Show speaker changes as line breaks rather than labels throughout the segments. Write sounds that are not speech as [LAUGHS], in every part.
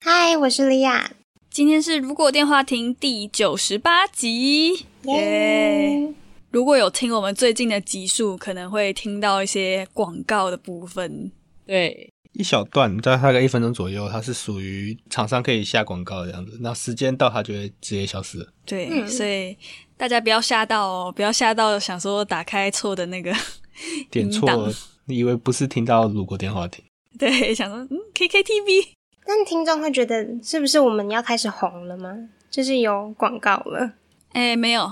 嗨，我是莉亚。
今天是《如果电话亭》第九十八集，耶！如果有听我们最近的集数，可能会听到一些广告的部分。
对，
一小段，大概大概一分钟左右，它是属于厂商可以下广告的样子。那时间到，它就会直接消失了。
对，
嗯
所以大家不要吓到哦，不要吓到想说打开错的那个
[LAUGHS] 点错
音档
了，你以为不是听到如果电话亭？
对，想说嗯，KKTV
那听众会觉得是不是我们要开始红了吗？就是有广告了。
哎没有，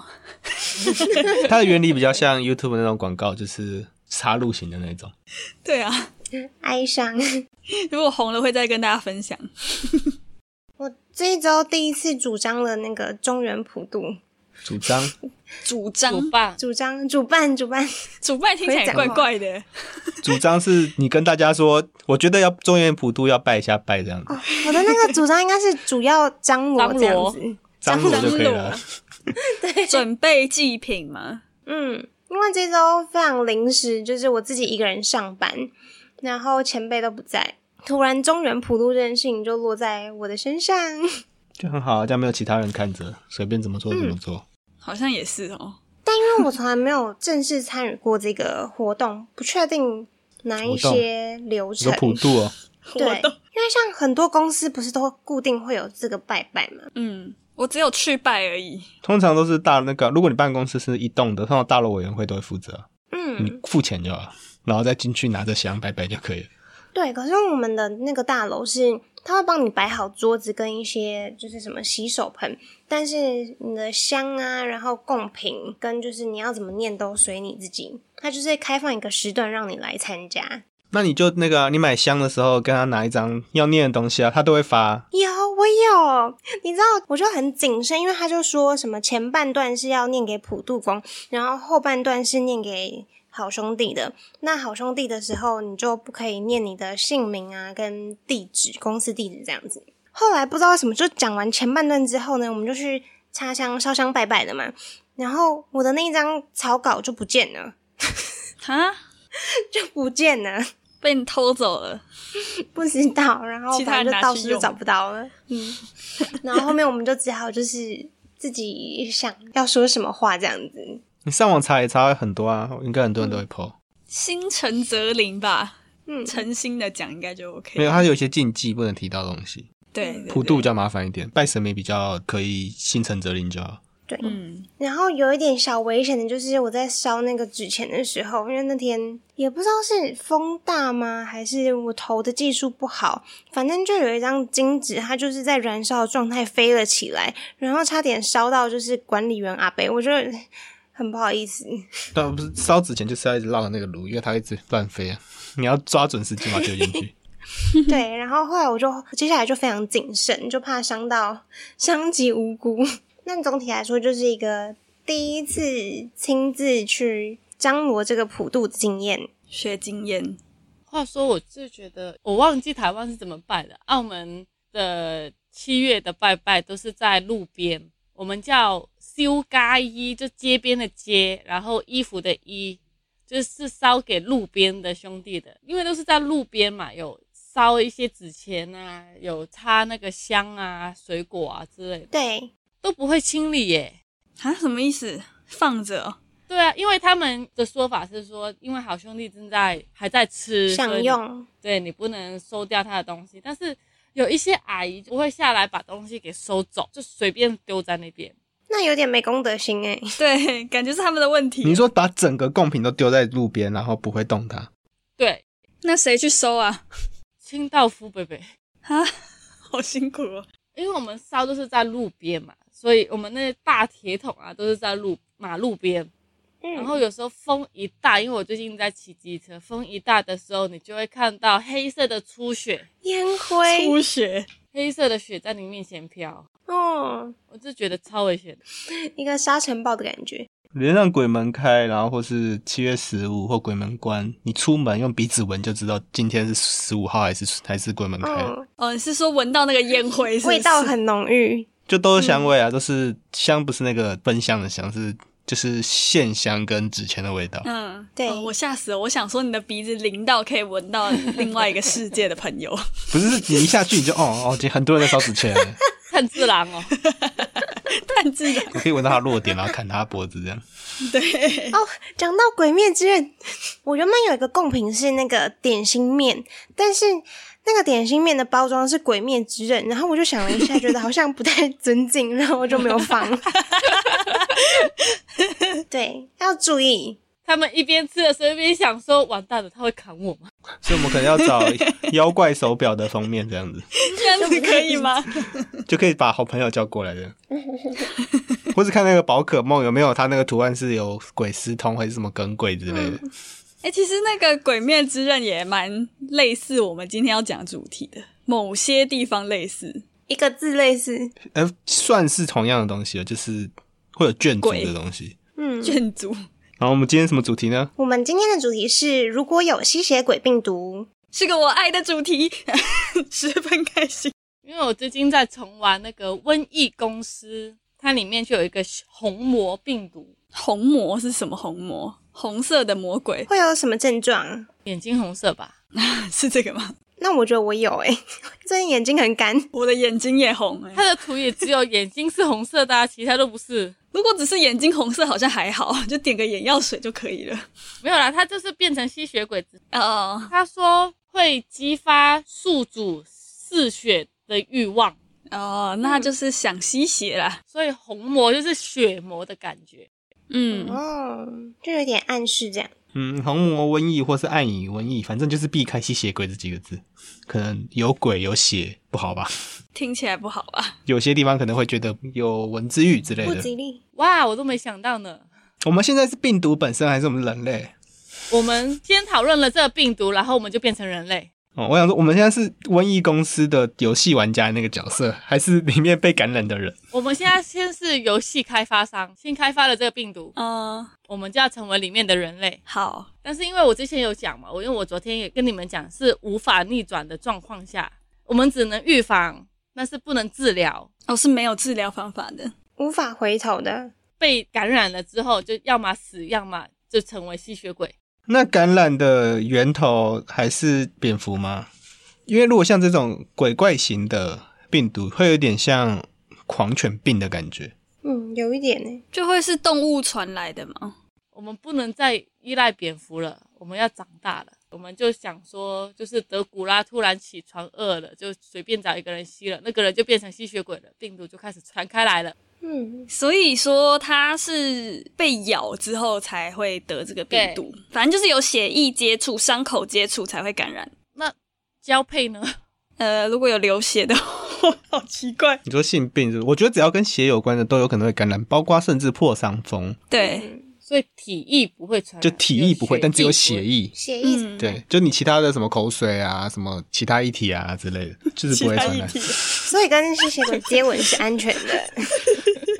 它的原理比较像 YouTube 那种广告，就是插入型的那种。
对啊， [LAUGHS]
哀伤。
如果红了会再跟大家分享。
[LAUGHS] 我这一周第一次主张了那个中原普渡，
主张
[LAUGHS] 主张
主办
主张主办主办，
主办听起来怪怪的，
主张是你跟大家说，我觉得要中原普渡要拜一下拜这样
啊
子，
[LAUGHS] 我的那个主张应该是主要张罗
张罗
这样子，
张罗就可以
张罗
了。
[LAUGHS] 准备祭品嘛。
嗯，因为这周非常临时，就是我自己一个人上班，然后前辈都不在，突然中原普渡这件事情就落在我的身上，
就很好啊，这样没有其他人看着，随便怎么
嗯
做怎么做。
好像也是哦，
但因为我从来没有正式参与过这个活动，不确定哪一
活动
些流
有
程，
普渡哦，
对，因
活动
为像很多公司不是都固定会有这个拜拜嘛，
嗯，我只有去拜而已。
通常都是大那个，如果你办公室是一栋的，通常大楼委员会都会负责。
嗯，
你付钱就好了，然后再进去拿着香拜拜就可以了。
对，可是我们的那个大楼是，他会帮你摆好桌子跟一些就是什么洗手盆，但是你的香啊，然后贡品跟就是你要怎么念都随你自己，他就是会开放一个时段让你来参加。
那你就那个啊，你买香的时候跟他拿一张要念的东西啊，他都会发。
有，我有，你知道，我就很谨慎，因为他就说什么前半段是要念给普渡公，然后后半段是念给好兄弟的。那好兄弟的时候，你就不可以念你的姓名啊、跟地址、公司地址这样子。后来不知道为什么，就讲完前半段之后呢，我们就去插香、烧香、拜拜了嘛。然后我的那一张草稿就不见了， [LAUGHS]
哈，
就不见了，
被你偷走了，
不知道，然后
其他
反
人
正
拿
就
去
到处就
用
找不到了。嗯， [LAUGHS] 然后后面我们就只好就是自己想要说什么话这样子。
你上网查也查很多啊，应该很多人都会 po。
心诚则灵吧，
嗯，
诚心的讲应该就 OK。
没有，它有一些禁忌不能提到的东西。
对，对对
普渡比较麻烦一点，拜神明比较可以心诚则灵就好。
对。
嗯，
然后有一点小危险的就是我在烧那个纸钱的时候，因为那天也不知道是风大吗，还是我投的技术不好，反正就有一张金纸，它就是在燃烧的状态飞了起来，然后差点烧到就是管理员阿北，我就很不好意思。
但不是烧纸前就是要一直绕着那个炉，因为它一直乱飞啊。你要抓准时间把它丢进 [LAUGHS] 去。
对，然后后来我就接下来就非常谨慎，就怕伤到伤及无辜。 [LAUGHS] 那总体来说，就是一个第一次亲自去张罗这个普渡的经验。
学经验，
话说，我是觉得我忘记台湾是怎么拜的。澳门的七月的拜拜都是在路边，我们叫修嘎衣，就街边的街，然后衣服的衣，就是烧给路边的兄弟的，因为都是在路边嘛，有烧一些纸钱啊，有插那个香啊、水果啊之类的，
对，
都不会清理耶、
啊，什么意思？放着哦， [LAUGHS]
对啊，因为他们的说法是说，因为好兄弟正在还在吃，所以
享
你
用
对你不能收掉他的东西，但是有一些阿姨不会下来把东西给收走，就随便丢在那边。
那有点没公德心哎、
对，感觉是他们的问题。
你说把整个贡品都丢在路边，然后不会动它，
对，
那谁去收啊？
清道夫贝贝，
啊，好辛苦哦。
[LAUGHS] 因为我们烧都是在路边嘛，所以我们那大铁桶啊都是在路马路边。
嗯
然后有时候风一大，因为我最近在骑机车，风一大的时候，你就会看到黑色的初雪，
烟灰
血，
黑色的雪在你面前飘，
哦，
我就觉得超危险的。
一个沙尘暴的感觉。
连让鬼门开，然后或是七月十五或鬼门关，你出门用鼻子闻就知道今天是十五号还是还是鬼门开，
嗯，
哦，你是说闻到那个烟灰是不是
味道很浓郁。
就都是香味啊，都是香，不是那个奔香的香，是就是线香跟纸钱的味道。
嗯，
对
哦我吓死了！我想说你的鼻子灵到可以闻到另外一个世界的朋友， [LAUGHS]
不是你一下去你就哦哦，今天很多人在烧纸钱， [LAUGHS]
炭治郎哦，
但自然
我可以闻到他的弱点，然后砍他脖子这样。
对， [LAUGHS]
哦，讲到《鬼灭之刃》， [LAUGHS] 我原本有一个贡品是那个点心面，但是那个点心面的包装是《鬼灭之刃》，然后我就想了一下，觉得好像不太 [LAUGHS] 尊敬，然后我就没有放。对，要注意。
他们一边吃的时候一边想说，完蛋了，他会砍我吗？
所以我们可能要找妖怪手表的封面这样子，
这样子可以吗？
就可以把好朋友叫过来 [LAUGHS] 的。或是看那个宝可梦有没有它那个图案是有鬼私通还是什么梗鬼之类的。
哎、其实那个《鬼灭之刃》也蛮类似我们今天要讲主题的，某些地方类似。
一个字类似，
呃，算是同样的东西了，就是会有卷组
鬼
的东西。
嗯，
卷组
然后我们今天什么主题呢？
我们今天的主题是：如果有吸血鬼病毒，
是个我爱的主题， [LAUGHS] 十分开心。
因为我最近在重玩那个《瘟疫公司》，它里面就有一个红魔病毒，
红魔是什么红魔？红色的魔鬼 [LAUGHS]
会有什么症状？
眼睛红色吧？
是这个吗？
那我觉得我有诶、最近眼睛很干。
我的眼睛也红、欸 [LAUGHS]
它的图也只有眼睛是红色的、啊，其他都不是。
如果只是眼睛红色，好像还好，就点个眼药水就可以了。
没有啦，它就是变成吸血鬼。
哦
他说会激发宿主嗜血的欲望，
哦，那就是想吸血啦。
所以红魔就是血魔的感觉。
嗯，
哦，就有点暗示这样。
嗯，红魔瘟疫或是暗影瘟疫，反正就是避开吸血鬼这几个字。可能有鬼有血不好吧？
听起来不好吧？
有些地方可能会觉得有文字狱之类
不
的。
吉利。
哇，我都没想到呢。
我们现在是病毒本身还是我们人类？
我们先讨论了这个病毒，然后我们就变成人类。
哦，我想说，我们现在是瘟疫公司的游戏玩家那个角色，还是里面被感染的人？
我们现在先是游戏开发商，先开发了这个病毒，
嗯，
我们就要成为里面的人类。
好，
但是因为我之前有讲嘛，我因为我昨天也跟你们讲，是无法逆转的状况下，我们只能预防，但是不能治疗。
哦，是没有治疗方法的。
无法回头的。
被感染了之后，就要么死，要么就成为吸血鬼。
那感染的源头还是蝙蝠吗？因为如果像这种鬼怪型的病毒，会有点像狂犬病的感觉。
嗯，有一点呢。
就会是动物传来的吗？
我们不能再依赖蝙蝠了，我们要长大了。我们就想说，就是德古拉突然起床饿了，就随便找一个人吸了，那个人就变成吸血鬼了，病毒就开始传开来了。
嗯，
所以说它是被咬之后才会得这个病毒，反正就是有血液接触、伤口接触才会感染。
那交配呢？
呃，如果有流血的话， [LAUGHS] 好奇怪。
你说性病是不是？我觉得只要跟血有关的都有可能会感染，包括甚至破伤风，
对，
嗯
所以体液不会传染，
就体液不会，但只嗯有血
液
液。
血液、
嗯，
对，就你其他的什么口水啊、什么其他液体啊之类的，就是不会传染。
所以跟吸血鬼接吻是安全的。 [LAUGHS]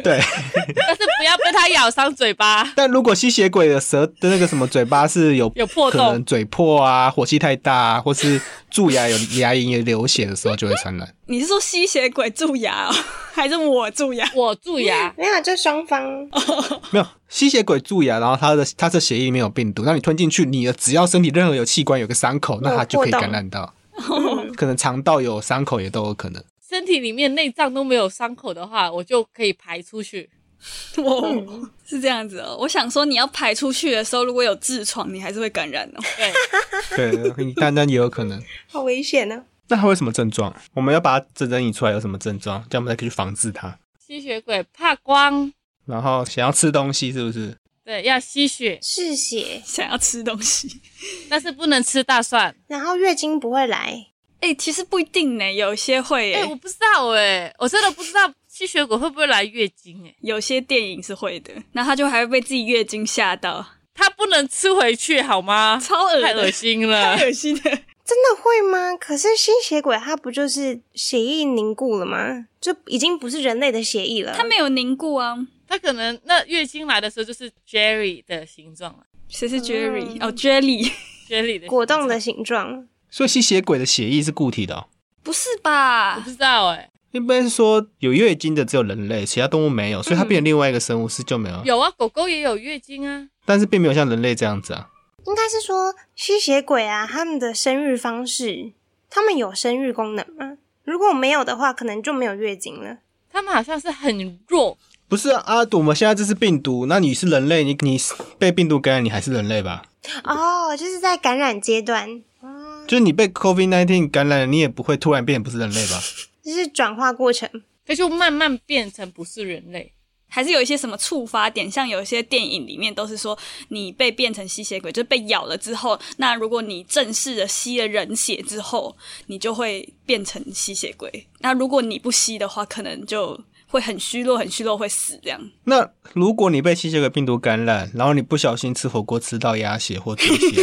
对，，
不会，但是不要被它咬伤嘴巴
但如果吸血鬼的舌的那个什么嘴巴是有
有破
可
洞
能。嘴破啊、火气太大啊，或是蛀牙有牙龈也流血的时候就会传染。
你是说吸血鬼蛀牙、哦， [LAUGHS] 还是我蛀牙？
我蛀牙，
没有，啊就双方
[LAUGHS]
哦
没有吸血鬼蛀牙，然后他的他的血液里面有病毒，那你吞进去，你的只要身体任何有器官有个伤口，那它就可以
破洞
感染 [LAUGHS] 到。可能肠道有伤口也都有可能。
身体里面内脏都没有伤口的话，我就可以排出去。
[LAUGHS]
嗯
哦，是这样子哦。我想说，你要排出去的时候，如果有痔疮，你还是会感染哦。 [LAUGHS]
对，
对， [LAUGHS] 但但也有可能。
好危险哦呢、
那还有什么症状？我们要把它真正引出来有什么症状，这样我们才可以去防治它。
吸血鬼怕光，
然后想要吃东西是不是？
对，要吸血，
嗜血，
想要吃东西， [LAUGHS]
但是不能吃大蒜。
然后月经不会来，
哎、其实不一定呢，有些会耶、
哎、我不知道哎、我真的不知道吸血鬼会不会来月经哎、
有些电影是会的，那他就还会被自己月经吓到， [LAUGHS]
它不能吃回去好吗？
超恶
太
的
恶，心
[LAUGHS]
了 [LAUGHS]
太，恶心的。
真的会吗？可是吸血鬼它不就是血液凝固了吗？就已经不是人类的血液了。
它没有凝固啊。
他可能那月经来的时候就是 Jerry 的形状了啊
谁是
嗯
Jerry？、哦，Jelly， [LAUGHS]
，Jerry 的
果冻
形
的形状，
所以吸血鬼的血液是固体的、哦。
不是
状，我
吧
不？知道哎、
一般是说有月经的只有人类，其他动物没有，所以它变成另外一个生物是就没嗯有，
有啊，狗狗也有月经啊，
但是并没有像人类这样子啊。
应该是说吸血鬼啊，他们的生育方式，他们有生育功能吗？如果没有的话，可能就没有月经了。
他们好像是很弱，
不是啊，啊我们现在这是病毒，那你是人类，你你被病毒感染，你还是人类吧？
哦，就是在感染阶段，
就是你被 COVID nineteen 感染了，你也不会突然变得不是人类吧？
就是转化过程。
可就慢慢变成不是人类。
还是有一些什么触发点，像有一些电影里面都是说你被变成吸血鬼，就是被咬了之后，那如果你正式的吸了人血之后，你就会变成吸血鬼。那如果你不吸的话，可能就会很虚弱，很虚弱会死这样。
[LAUGHS] 那如果你被吸血鬼病毒感染，然后你不小心吃火锅吃到鸭血或猪 [LAUGHS] 血，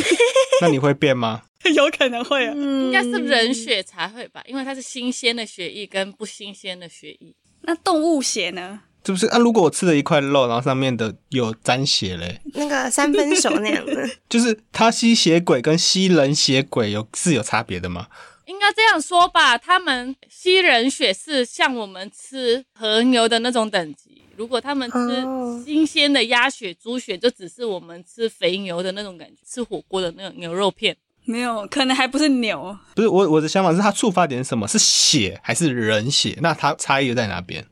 那你会变吗？
有可能会啊。
嗯，
应该是人血才会吧，因为它是新鲜的血液跟不新鲜的血液。
那动物血呢？
是不是？啊，如果我吃了一块肉，然后上面的有沾血嘞，
嗯那个三分熟那
[LAUGHS]
样的。
就是它吸血鬼跟吸人血鬼有是有差别的吗？
应该这样说吧，他们吸人血是像我们吃和牛的那种等级。如果他们
哦
吃新鲜的鸭血、猪血，就只是我们吃肥牛的那种感觉，吃火锅的那种牛肉片。
没有，可能还不是牛。
不是我我的想法是，它触发点是什么是血还是人血？那它差异在哪边？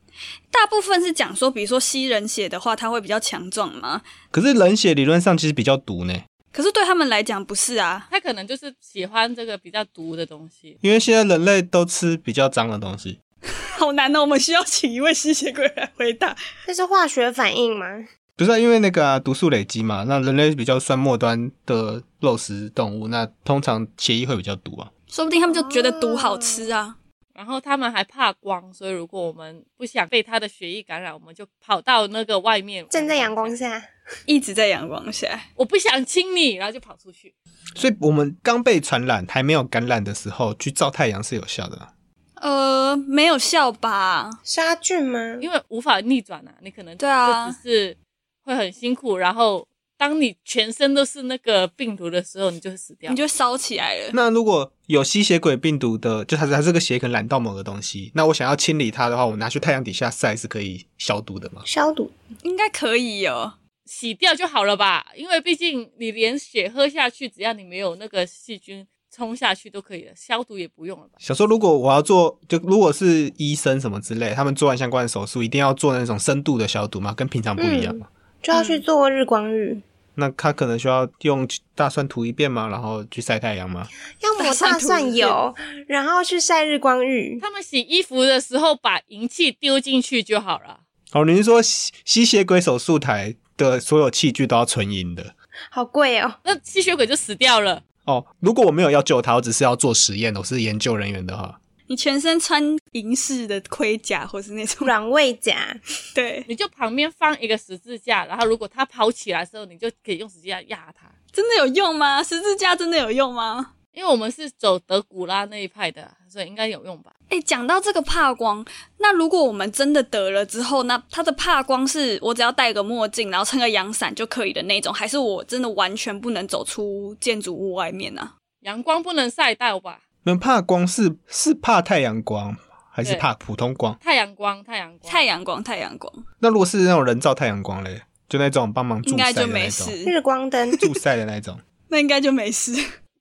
大部分是讲说，比如说吸人血的话，它会比较强壮嘛。
可是人血理论上其实比较毒呢，
可是对他们来讲不是啊，
他可能就是喜欢这个比较毒的东西。
因为现在人类都吃比较脏的东西。
好难哦。我们需要请一位吸血鬼来回答。
这是化学反应吗？
不是、啊、因为那个、啊、毒素累积嘛，那人类比较算末端的肉食动物，那通常血液会比较毒啊。
说不定他们就觉得毒好吃啊。
然后他们还怕光，所以如果我们不想被他的血液感染，我们就跑到那个外面
站在阳光，下，
一直在阳光下。
我不想亲你，然后就跑出去。
所以我们刚被传染还没有感染的时候，去照太阳是有效的啊。
呃，没有效吧？
杀菌吗？
因为无法逆转啊，你可能
对啊
就只是会很辛苦，然后当你全身都是那个病毒的时候，你就会死掉。
你就烧起来了。
那如果有吸血鬼病毒的，就它它这个血可能染到某个东西，那我想要清理它的话，我拿去太阳底下晒是可以消毒的吗？
消毒
应该可以哦。
洗掉就好了吧，因为毕竟你连血喝下去，只要你没有那个细菌冲下去都可以了，消毒也不用了吧。
想说，如果我要做，就如果是医生什么之类，他们做完相关的手术，一定要做那种深度的消毒嘛，跟平常不一样嘛。
嗯
就要去做日光
嗯
浴，
那他可能需要用大蒜涂一遍嘛，然后去晒太阳嘛。
要抹大蒜油，然后去晒日光浴。
他们洗衣服的时候把银器丢进去就好了。
哦，你是说吸吸血鬼手术台的所有器具都要纯银的？
好贵哦！
那吸血鬼就死掉了，
哦，如果我没有要救他，我只是要做实验的，我是研究人员的话，
你全身穿银饰的盔甲，或是那 [LAUGHS] 种
软胃夹，
对，
你就旁边放一个十字架，然后如果他跑起来的时候，你就可以用十字架压他。
真的有用吗？十字架真的有用吗？
因为我们是走德古拉那一派的，所以应该有用吧？
哎，讲到这个怕光，那如果我们真的得了之后，那它的怕光是我只要戴个墨镜，然后撑个阳伞就可以的那种，还是我真的完全不能走出建筑物外面呢、啊？
阳光不能晒到吧？
那怕光是是怕太阳光还是
对
怕普通光？
太阳光，太阳光，
太阳光，太阳光，
那如果是那种人造太阳光嘞，就那种帮忙
应
助
该
晒
就
的
没
那种，
嗯
事，
日光灯
助晒的那种。
那应该就没事。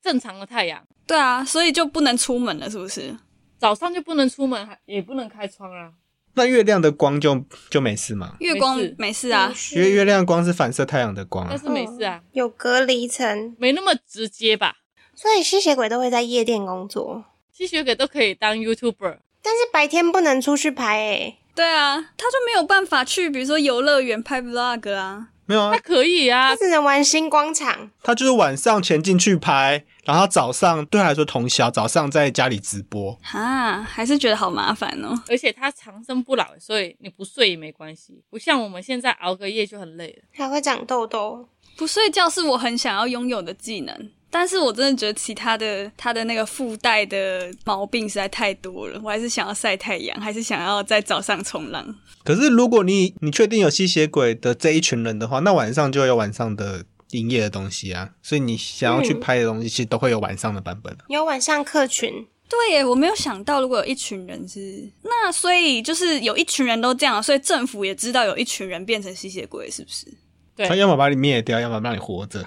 正常的太阳，
对啊，所以就不能出门了，是不是？
早上就不能出门，还也不能开窗啊啦。
那月亮的光就就没事嘛？
月光
没事
没事啊，
因为月亮光是反射太阳的光、
但
啊，
是没事啊，
有隔离层，
没那么直接吧？
所以吸血鬼都会在夜店工作，
吸血鬼都可以当 YouTuber，
但是白天不能出去拍欸诶、
对啊，他就没有办法去，比如说游乐园拍 vlog 啊。
没有啊
他？可以啊
他，只能玩星光场，
他就是晚上前进去拍，然后早上对他啊来说通宵，早上在家里直播。
啊，还是觉得好麻烦哦。
而且他长生不老，欸所以你不睡也没关系。不像我们现在熬个夜就很累了。
还会长痘痘。
不睡觉是我很想要拥有的技能，但是我真的觉得其他的它的那个附带的毛病实在太多了，我还是想要晒太阳，还是想要在早上冲浪。
可是如果你你确定有吸血鬼的这一群人的话，那晚上就有晚上的营业的东西啊，所以你想要去
嗯
拍的东西，其实都会有晚上的版本啊。
有晚上客群，
对耶，我没有想到，如果有一群人是那，所以就是有一群人都这样，所以政府也知道有一群人变成吸血鬼，是不是？
对
他要么把你灭掉，要么让你活着。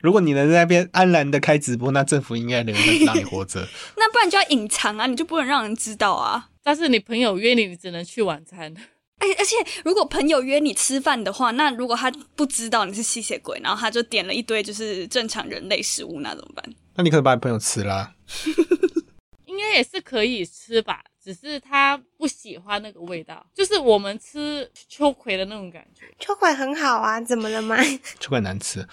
如果你能在那边安然的开直播，那政府应该能让你活着。
那不然就要隐藏啊，你就不能让人知道啊。
但是你朋友约你，你只能去晚餐。
而而且，如果朋友约你吃饭的话，那如果他不知道你是吸血鬼，然后他就点了一堆就是正常人类食物，那怎么办？
那你可能把你朋友吃啦、
应该也是可以吃吧，只是他不喜欢那个味道，就是我们吃秋葵的那种感觉。
秋葵很好啊，怎么
[LAUGHS]
了吗？
就很难吃。 [LAUGHS]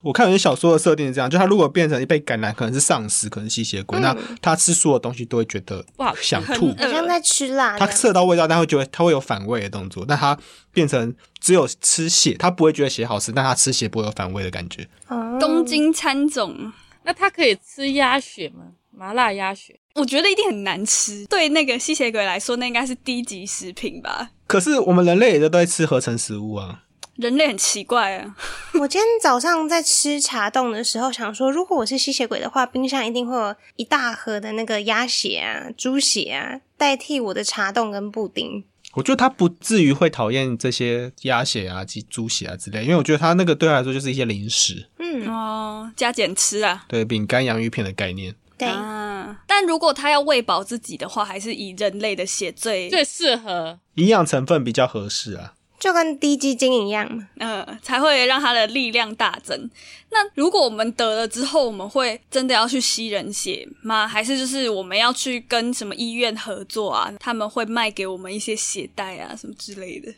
我看有些小说的设定是这样，就他如果变成被感染，可能是丧尸，可能是吸血鬼，
嗯
那他吃所有东西都会觉得
不好吃
想
很
吐。
好像在吃辣
他
的，
测到味道，但会觉得他会有反胃的动作。但他变成只有吃血，他不会觉得血好吃，但他吃血不会有反胃的感觉。
哦
东京餐种，
那他可以吃鸭血吗？麻辣鸭血，
我觉得一定很难吃。对那个吸血鬼来说，那应该是低级食品吧。
可是我们人类也都在吃合成食物啊，
人类很奇怪啊，
我今天早上在吃茶冻的时候，想说，如果我是吸血鬼的话，冰箱一定会有一大盒的那个鸭血啊、猪血啊，代替我的茶冻跟布丁。
我觉得他不至于会讨厌这些鸭血啊、鸡猪血啊之类，因为我觉得他那个对他来说就是一些零食，
嗯，
哦，加减吃啊。
对饼干、洋芋片的概念。
对，
啊，但如果他要喂饱自己的话，还是以人类的血最
最适合。
营养成分比较合适啊，
就跟低基金一样嘛。
呃，才会让他的力量大增。那如果我们得了之后，我们会真的要去吸人血吗？还是就是我们要去跟什么医院合作啊？他们会卖给我们一些血袋啊，什么之类的。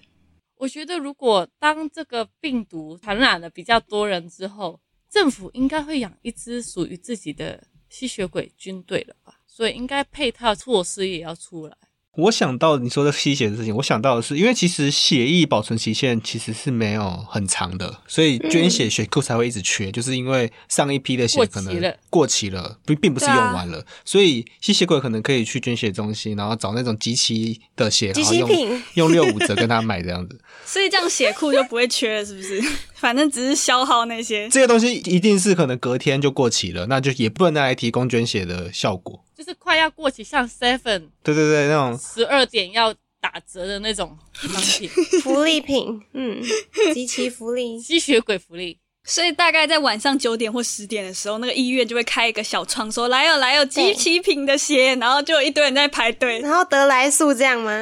我觉得如果当这个病毒传染了比较多人之后，政府应该会养一支属于自己的吸血鬼军队了吧？所以应该配套措施也要出来。
我想到你说的吸血的事情，我想到的是，因为其实血液保存期限其实是没有很长的，所以捐血血库才会一直缺，就是因为上一批的血
过期
可能
了
过期了，并并不是
对
用
啊
完了，所以吸血鬼可能可以去捐血中心，然后找那种集齐的血，
集
然后
齐
用
品
用六五折跟他买这样子。
所以这样血库就不会缺了，是不是？ [LAUGHS] 反正只是消耗那些。
这些东西一定是可能隔天就过期了，那就也不能拿来提供捐血的效果。
就是快要过期，像 Seven
对对对，那种
十二点要打折的那种商品， [LAUGHS]
福利
[LAUGHS]
品，嗯，集齐福利。
吸血鬼福利。
所以大概在晚上九点或十点的时候，那个医院就会开一个小窗，说来哦来哦，集
对
齐品的血，然后就有一堆人在排队。
然后得来速这样
[LAUGHS]
吗？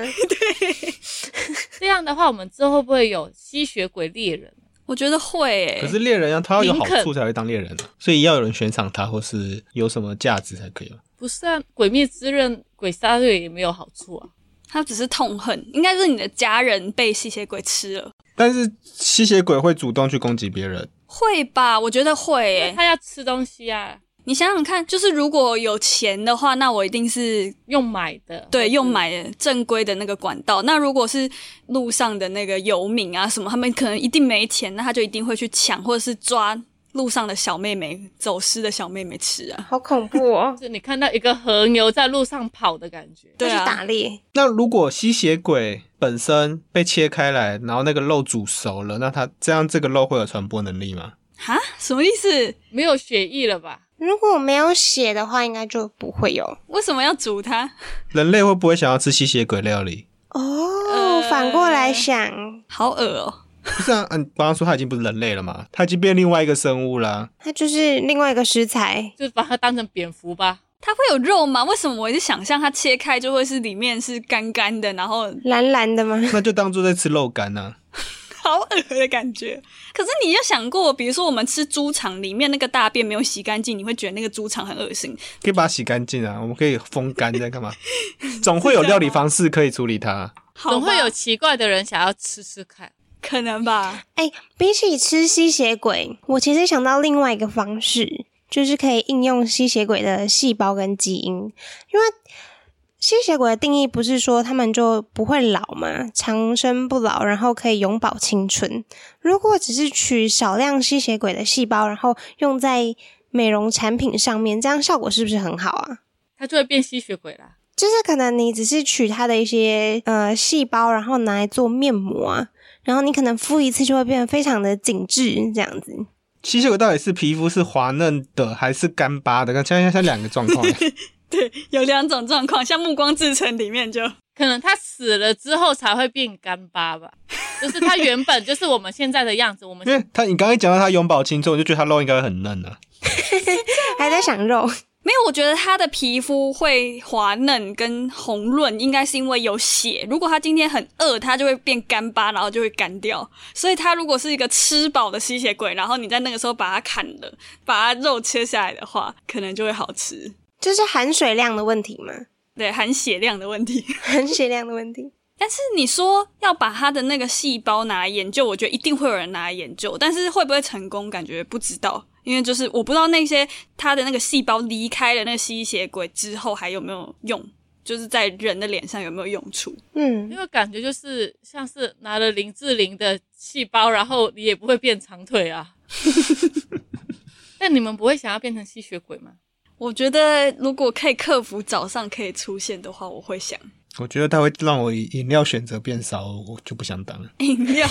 这样的话，我们之后会不会有吸血鬼猎人？
我觉得会、欸，
可是猎人啊，他要有好
林肯
处才会当猎人啊，所以要有人悬赏他，或是有什么价值才可以啊。
不是啊，《鬼灭之刃》鬼杀队也没有好处啊。
他只是痛恨，应该是你的家人被吸血鬼吃了，
但是吸血鬼会主动去攻击别人，
会吧？我觉得会、
因
欸，
为他要吃东西啊，
你想想看，就是如果有钱的话，那我一定是
用买的。
对用买的正规的那个管道。那如果是路上的那个游民啊什么，他们可能一定没钱，那他就一定会去抢或者是抓路上的小妹妹、走失的小妹妹吃啊。
好恐怖哦！
就是你看到一个和牛在路上跑的感觉，
对
要
啊
去打猎，
那如果吸血鬼本身被切开来，然后那个肉煮熟了，那它这样这个肉会有传播能力吗？
哈，什么意思？
没有血意了吧？
如果没有血的话，应该就不会有
为什么要煮它？
人类会不会想要吃吸血鬼料理？ [LAUGHS]
哦。
呃
反过来想，
好恶哦、
不是啊，嗯、你刚刚说它已经不是人类了嘛，它已经变另外一个生物啦。 [LAUGHS]
它就是另外一个食材。
就把它当成蝙蝠吧。
它会有肉吗？为什么我一直想象它切开就会是里面是干干的，然后
蓝蓝的吗？
那就当做在吃肉干啊呐、
好恶的感觉。可是你有想过，比如说我们吃猪肠里面那个大便没有洗干净，你会觉得那个猪肠很恶心。
可以把它洗干净啊，我们可以风干在干嘛？总会有料理方式可以处理它。
好吧
总会有奇怪的人想要吃吃看。
可能吧？
哎、 [LAUGHS] 比起吃吸血鬼，我其实想到另外一个方式，就是可以应用吸血鬼的细胞跟基因，因为吸血鬼的定义不是说他们就不会老嘛，长生不老，然后可以永葆青春。如果只是取少量吸血鬼的细胞，然后用在美容产品上面，这样效果是不是很好啊？
它就会变吸血鬼啦。
就是可能你只是取它的一些呃细胞，然后拿来做面膜啊，然后你可能敷一次就会变得非常的紧致，这样子。
吸血鬼到底是皮肤是滑嫩的还是干巴的？看现在像两个状况，
对，有两种状况，像《暮光之城》里面就
可能他死了之后才会变干巴吧，就是他原本就是我们现在的样子，我们
因为他你刚刚一讲到他永葆青春，我就觉得他肉应该会很嫩啊。
还在想肉，
没有。我觉得他的皮肤会滑嫩跟红润，应该是因为有血。如果他今天很饿，他就会变干巴，然后就会干掉。所以他如果是一个吃饱的吸血鬼，然后你在那个时候把它砍了，把它肉切下来的话，可能就会好吃。
就是含水量的问题嘛，
对，含血量的问题。
[LAUGHS] 含水量的问题。
但是你说要把他的那个细胞拿来研究，我觉得一定会有人拿来研究，但是会不会成功，感觉不知道，因为就是我不知道那些他的那个细胞离开了那个吸血鬼之后还有没有用，就是在人的脸上有没有用处。
嗯
因，为感觉就是像是拿了林志玲的细胞，然后你也不会变长腿啊。 [LAUGHS] 但你们不会想要变成吸血鬼吗？
我觉得如果可以克服早上可以出现的话，我会想 [LAUGHS]
我觉得他会让我饮料选择变少，我就不想当了。
饮料。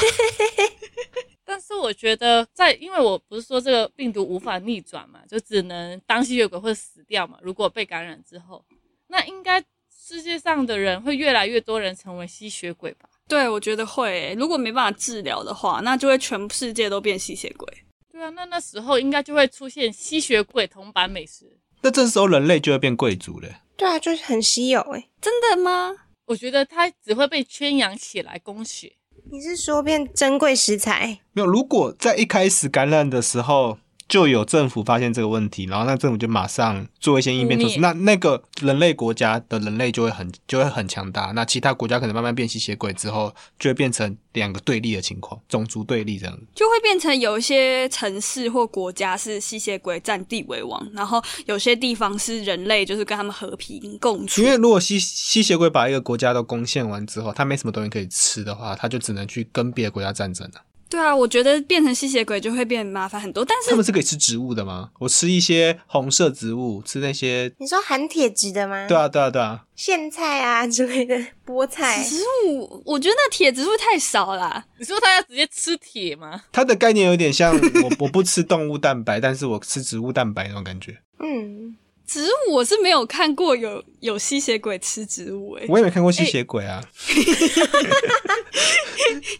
但是我觉得在，因为我不是说这个病毒无法逆转嘛，就只能当吸血鬼或者死掉嘛。如果被感染之后，那应该世界上的人会越来越多人成为吸血鬼吧？
对，我觉得会欸、如果没办法治疗的话，那就会全世界都变吸血鬼。
对啊，那那时候应该就会出现吸血鬼铜板美食。
那这时候人类就会变贵族了。
对啊，就是很稀有诶、
真的吗？
我觉得它只会被圈养起来供血。
你是说变珍贵食材？
没有，如果在一开始感染的时候就有政府发现这个问题，然后那政府就马上做一些应变措施，
污蔑
那那个人类国家的人类就会很就会很强大，那其他国家可能慢慢变吸血鬼之后，就会变成两个对立的情况，种族对立这样子。
就会变成有一些城市或国家是吸血鬼占地为王，然后有些地方是人类就是跟他们和平共处
因。为如果吸吸血鬼把一个国家都攻陷完之后，他没什么东西可以吃的话，他就只能去跟别的国家战争了。
对啊，我觉得变成吸血鬼就会变麻烦很多，但
他
是
们是可以吃植物的吗？我吃一些红色植物，吃那些……
你说含铁质的吗？
对啊，对啊，对啊。
苋菜啊之类的菠菜，
植物我觉得那铁质会太少啦。
你说他要直接吃铁吗？
它的概念有点像 [LAUGHS] 我我不吃动物蛋白，但是我吃植物蛋白那种感觉。
嗯，
植物我是没有看过有有吸血鬼吃植物欸诶、
我也没看过吸血鬼啊，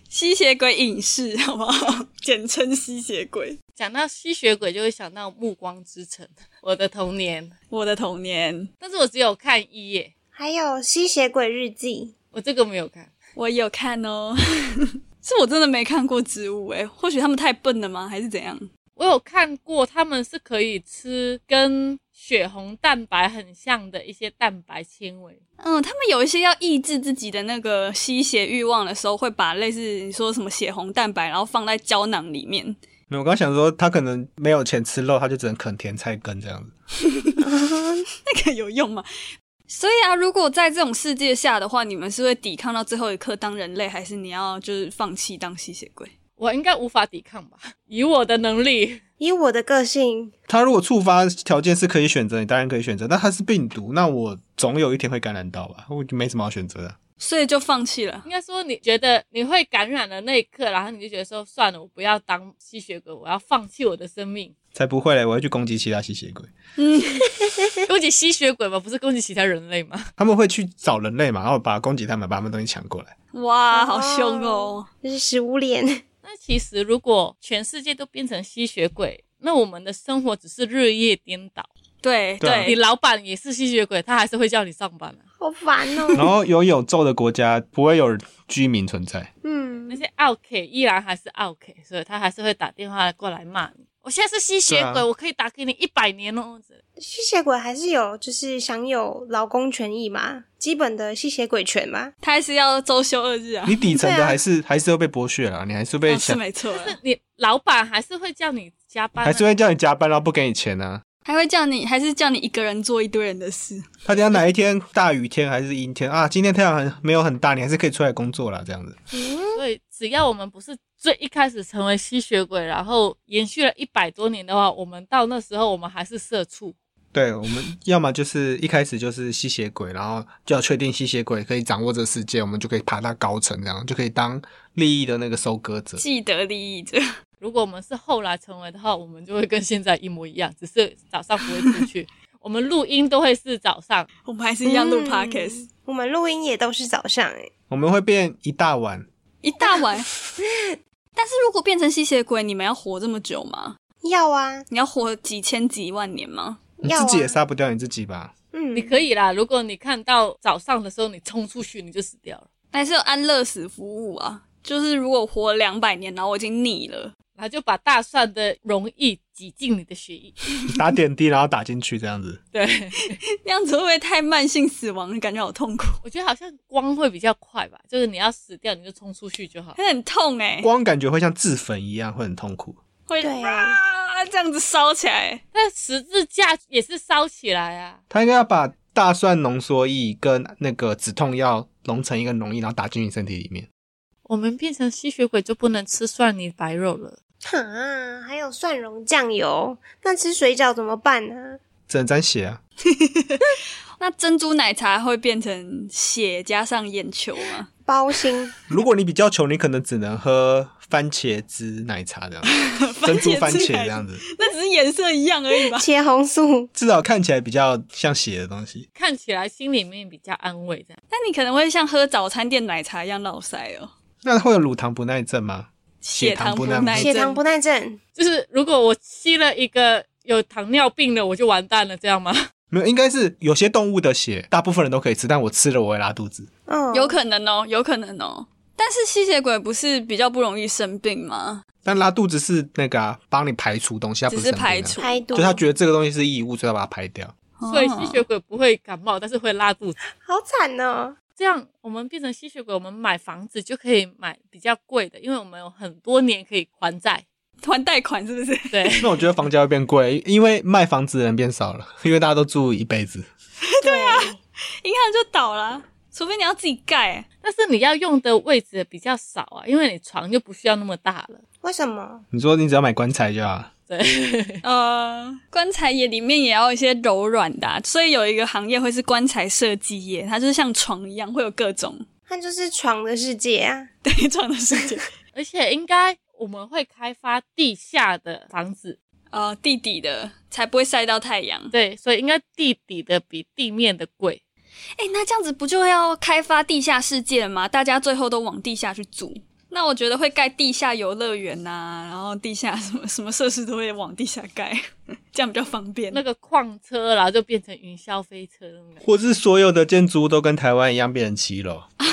吸血鬼影视 [LAUGHS] 好不好？简称吸血鬼。
讲到吸血鬼，就会想到《暮光之城》， [LAUGHS] 我的童年。
我的童年，
但是我只有看一耶，
还有《吸血鬼日记
我这个没有看。
我有看哦， [LAUGHS] 是我真的没看过植物诶、或许他们太笨了吗？还是怎样？
我有看过，他们是可以吃跟血红蛋白很像的一些蛋白纤维。
嗯，他们有一些要抑制自己的那个吸血欲望的时候，会把类似你说什么血红蛋白，然后放在胶囊里面。 [LAUGHS]
没有我刚想说他可能没有钱吃肉，他就只能啃甜菜根这样子。》
那个有用吗？所以啊，如果在这种世界下的话，你们是会抵抗到最后一刻当人类，还是你要就是放弃当吸血鬼？
我应该无法抵抗吧？以我的能力，
以我的个性，
他如果触发条件是可以选择，你当然可以选择，但他是病毒，那我总有一天会感染到吧？我就没什么好选择的。
所以就放弃了。
应该说你觉得你会感染的那一刻，然后你就觉得说算了，我不要当吸血鬼，我要放弃我的生命。 [LAUGHS]
才不会嘞！我要去攻击其他吸血鬼，
嗯
攻击吸血鬼吗？不是攻击其他人类吗？
他们会去找人类嘛，然后把攻击他们，把他们东西抢过来。
哇，好凶哦！
就是食物链，
那其实如果全世界都变成吸血鬼，那我们的生活只是日夜颠倒。
对
对啊
对，
你老板也是吸血鬼，他还是会叫你上班啊。
好烦
[LAUGHS] 然
哦。
后有有咒的国家不会有居民存在，
嗯
那，些 OK 依然还是 OK，所以他还是会打电话过来骂你。我现在是吸血
对
鬼，
啊
我可以打给你一百年哦。之类的
吸血鬼还是有就是享有劳工权益嘛，基本的吸血鬼权嘛。
他还是要周休二日啊。
[LAUGHS] 你底层
对
的
啊
还是、还是会被剥削啦，你还是被
哦、是
抢
没错啊，
你老板还是会叫你加班、啊，
还是会叫你加班，然后不给你钱啊。
还会叫你，还是叫你一个人做一堆人的事？
他等一下哪一天大雨天还是阴天啊？今天太阳很没有很大，你还是可以出来工作啦，这样子。
嗯
所以只要我们不是最一开始成为吸血鬼，然后延续了一百多年的话，我们到那时候我们还是社畜。
对，我们要么就是一开始就是吸血鬼，然后就要确定吸血鬼可以掌握这个世界，我们就可以爬到高层，这样就可以当利益的那个收割者。
既得利益者，
如果我们是后来成为的话，我们就会跟现在一模一样，只是早上不会出 [LAUGHS] 去。我们录音都会是早上，
我们还是一样录
嗯
podcast，、
我们录音也都是早上哎、
我们会变一大碗，
一大碗。 [LAUGHS] 但是如果变成吸血鬼，你们要活这么久吗？
要啊，
你要活几千几万年吗？
你
要啊
自己也杀不掉你自己吧？
嗯，
你可以啦。如果你看到早上的时候，你冲出去，你就死掉了，
还是有安乐死服务啊？就是如果活两百年，然后我已经腻了，
然后就把大蒜的溶液挤进你的血 [LAUGHS] 液。
你打点滴然后打进去这样子。
对，
那样子会不会太慢性死亡？感觉好痛苦，
我觉得好像光会比较快吧，就是你要死掉，你就冲出去就好。
它很痛哎、
光感觉会像自焚一样，会很痛苦。
会
对
啊，这样子烧起来，
但十字架也是烧起来啊，
他应该要把大蒜浓缩液跟那个止痛药融成一个脓液，然后打进你身体里面。
我们变成吸血鬼就不能吃蒜泥白肉了。
哈，还有蒜蓉酱油，那吃水饺怎么办呢、
只能沾血啊！
那珍珠奶茶会变成血加上眼球吗？[LAUGHS]
包心，。
如果你比较穷，你可能只能喝番茄汁奶茶这样，
[LAUGHS]
珍珠番茄
汁奶茶
这样子，
那只是颜色一样而已吧
茄红素，
至少看起来比较像血的东西。
看起来心里面比较安慰这样。
[LAUGHS] 那你可能会像喝早餐店奶茶一样落腮哦，
那会有乳糖不耐症吗？
血糖
不
不
耐
耐
血
症。
糖不耐症，
就是如果我吸了一个有糖尿病的，我就完蛋了，这样吗？
没有，应该是有些动物的血，大部分人都可以吃，但我吃了我会拉肚子。
嗯，
有可能哦，有可能哦。但是吸血鬼不是比较不容易生病吗？
但拉肚子是那个啊，帮你排除东西，它不
只
是
是
生病啊
排除，
排毒，
就他觉得这个东西是异物，所以要把它排掉。
哦
[LAUGHS] 所以吸血鬼不会感冒，但是会拉肚子。
好惨哦，
[LAUGHS]
这样我们变成吸血鬼，我们买房子就可以买比较贵的，因为我们有很多年可以还债。
还贷款是不 [LAUGHS] 是？
[LAUGHS]
对，
那我觉得房价会变贵，因为卖房子的人变少了，因为大家都住一辈子。
对啊，
银行就倒了，除非你要自己盖。
但是你要用的位置比较少啊，因为你床就不需要那么大了。
为什么？
你说你只要买棺材就好了，
对， [LAUGHS]
呃，棺材也里面也要一些柔软的啊、所以有一个行业会是棺材设计业，它就是像床一样，会有各种
它就是床的世界啊，
对床的世界。
而且应该我们会开发地下的房子，
呃，地底的才不会晒到太阳。
对，所以应该地底的比地面的贵。
哎、那这样子不就要开发地下世界了吗？大家最后都往地下去住。那我觉得会盖地下游乐园呐，然后地下什么什么设施都会往地下盖，这样比较方便。
那个矿车啦，就变成云霄飞车那种。
或是所有的建筑物都跟台湾一样变成七楼，
哦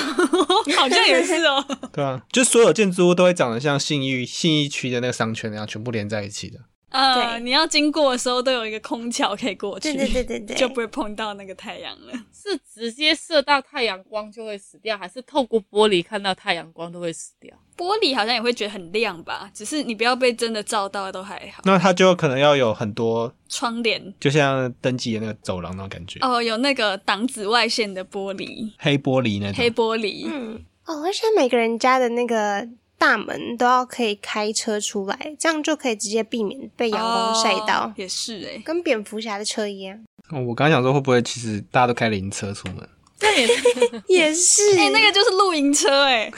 好像也是哦。
[LAUGHS]
对啊，就所有建筑物都会长得像信义信义区的那个商圈那样，全部连在一起的。
呃，
对
你要经过的时候都有一个空桥可以过去，
对对对对对，
就不会碰到那个太阳了。
是直接射到太阳光就会死掉，还是透过玻璃看到太阳光都会死掉？
玻璃好像也会觉得很亮吧，只是你不要被真的照到都还好。
那它就可能要有很多，
窗帘
就像登记的那个走廊那种感觉，
哦，有那个挡紫外线的玻璃，
黑玻璃那
黑
种。
玻璃。
嗯，哦，而且每个人家的那个大门都要可以开车出来，这样就可以直接避免被阳光晒到，
哦也是哎、
跟蝙蝠侠的车一样。
哦我刚想说，会不会其实大家都开灵车出门？ [LAUGHS]
这样也
[LAUGHS]
是
[LAUGHS] 也是，
哎、
[LAUGHS]
那个就是露营车哎、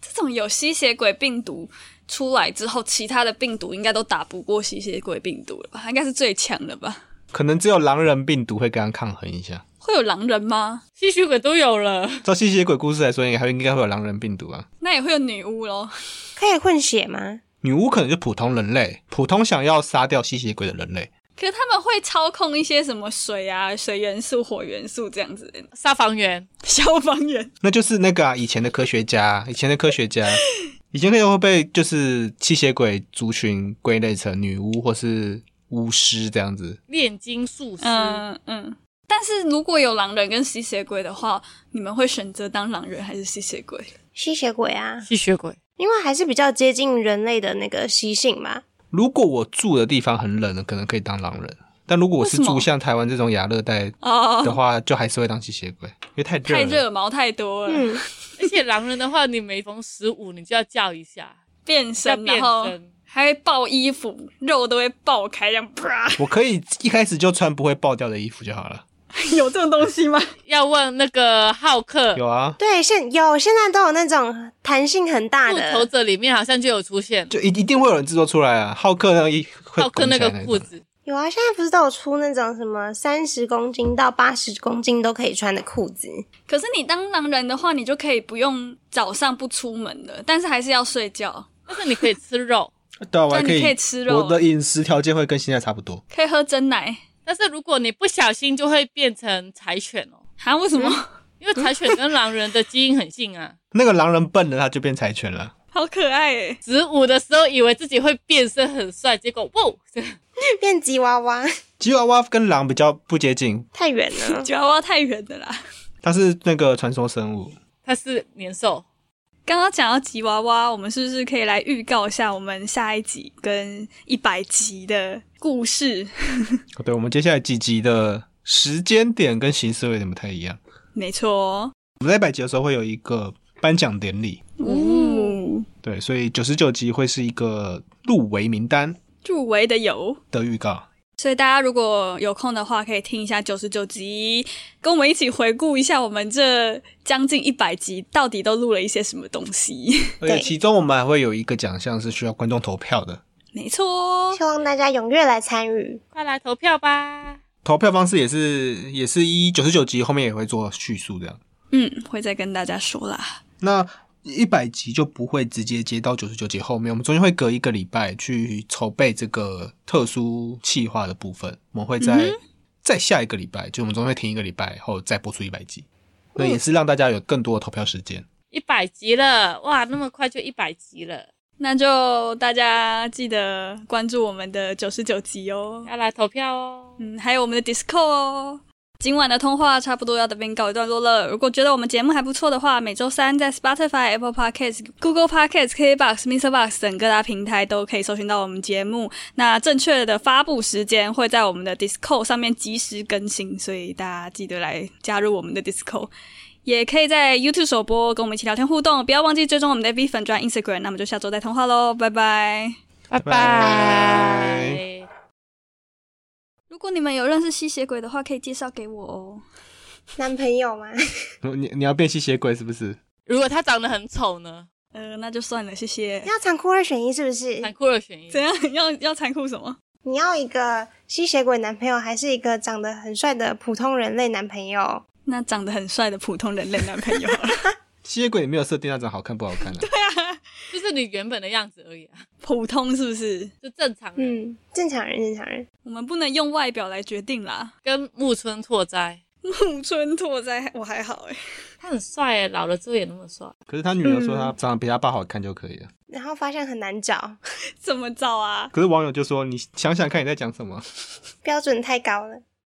这种有吸血鬼病毒出来之后，其他的病毒应该都打不过吸血鬼病毒了吧？它应该是最强的吧？
可能只有狼人病毒会跟它抗衡一下。
会有狼人吗？
吸血鬼都有了，
照吸血鬼故事来说，应该还应该会有狼人病毒啊。
那也会有女巫咯。
可以混血吗？
女巫可能就普通人类，普通想要杀掉吸血鬼的人类，
可是他们会操控一些什么水啊、水元素、火元素这样子的。
消防员
消防员
那就是那个啊，以前的科学家啊，以前的科学家，
[LAUGHS]
以前科学家会被就是吸血鬼族群归类成女巫或是巫师这样子。
炼金术师。
嗯嗯。但是如果有狼人跟吸血鬼的话，你们会选择当狼人还是吸血鬼？
吸血鬼啊，
吸血鬼
因为还是比较接近人类的那个习性嘛。
如果我住的地方很冷，可能可以当狼人。但如果我是
为什么
住像台湾这种亚热带的
哦，
话，就还是会当吸血鬼，因为太热
太
了。
热毛太多了，
嗯，
而且狼人的话，你每逢十五你就要叫一下，
变
要
身，
变
然后
身。
还会爆衣服，肉都会爆开，这样 [LAUGHS] 啪，
我可以一开始就穿不会爆掉的衣服就好了。
有这种东西吗？
要问那个浩克，
有啊，
对，现有现在都有那种弹性很大
复仇
的，
者里面好像就有出现
就一一定会有人制作出来啊。浩克那个衣会
浩克那个
拱起来
裤
种，
子，
有啊，现在不是都有出那种什么三十公斤到八十公斤都可以穿的裤子，
[LAUGHS]
[LAUGHS]
可是你当狼人的话，你就可以不用早上不出门了，但是还是要睡觉，
但是你可以吃肉。
对啊，我还
但
以
你可以吃肉
我的饮食条件会跟现在差不多。
可以喝真奶。
但是如果你不小心，就会变成柴犬哦，
啊？为什么？
嗯
因为柴犬跟狼人的基因很近啊。
那个狼人笨了，他就变柴犬了。
好可爱欸诶！
十五的时候以为自己会变身很帅，结果哇， [LAUGHS]
变吉娃娃
吉娃娃跟狼比较不接近，
太远 [LAUGHS] 了。
吉娃娃太远的啦。
它是那个传说生物。
他是年兽。
刚刚讲到吉娃娃，我们是不是可以来预告一下我们下一集跟一百集的故事？
对，我们接下来几集的时间点跟形式会有点不太一样。
没错哦，
我们在一百集的时候会有一个颁奖典礼，
嗯哦，
对，所以九十九集会是一个入围名单
入围的有。
的预告。
所以大家如果有空的话，可以听一下九十九集，跟我们一起回顾一下我们这将近一百集到底都录了一些什么东西。
而且
对
其中我们还会有一个奖项是需要观众投票的，
没错哦，
希望大家踊跃来参与，
快来投票吧！
投票方式也是也是一九十九集后面也会做叙述这样。
嗯，会再跟大家说啦。
那一百集就不会直接接到九十九集后面，我们中间会隔一个礼拜去筹备这个特殊企划的部分，我们会在、在下一个礼拜，就我们中间会停一个礼拜后再播出一百集，那也是让大家有更多的投票时间。
一百集了，哇，那么快就一百集了，
那就大家记得关注我们的九十九集哦。
要来投票哦。
嗯，还有我们的 Discord 哦。今晚的通话差不多要到这边告一段落了。如果觉得我们节目还不错的话，每周三在 Spotify、Apple Podcasts、Google Podcasts、KBox、Mr. Box 等各大平台都可以搜寻到我们节目。那正确的发布时间会在我们的 Discord 上面及时更新，所以大家记得来加入我们的 Discord。也可以在 YouTube 首播，跟我们一起聊天互动。不要忘记追踪我们的 V 粉专 Instagram。那我们就下周再通话喽，拜拜。
拜
拜
拜。
如果你们有认识吸血鬼的话，可以介绍给我哦。
男朋友吗？
[LAUGHS] 你你要变吸血鬼是不是？
如果他长得很丑呢？
呃，那就算了，谢谢。
[LAUGHS] 要残酷二选一是不 [LAUGHS] 是？
残酷二选一
怎。样？要要残酷什么？
你要一个吸血鬼男朋友，还是一个长得很帅的普通人类男朋友？
那长得很帅的普通人类男朋友，
吸血鬼也没有设定那种好看不好看的、
就是你原本的样子而已啊，
[LAUGHS] 普通是不是？
就正常人，
嗯，正常人，正常人。
我们不能用外表来决定啦。 [LAUGHS]
跟木村拓哉，
木村拓哉，我还好哎、
他很帅耶，老了之后也那么帅，
可是他女儿说他长得比他爸好看就可以了。
然后发现很难找， [LAUGHS]
怎么找啊？
可是网友就说：“你想想看你在讲什么
标准太高了。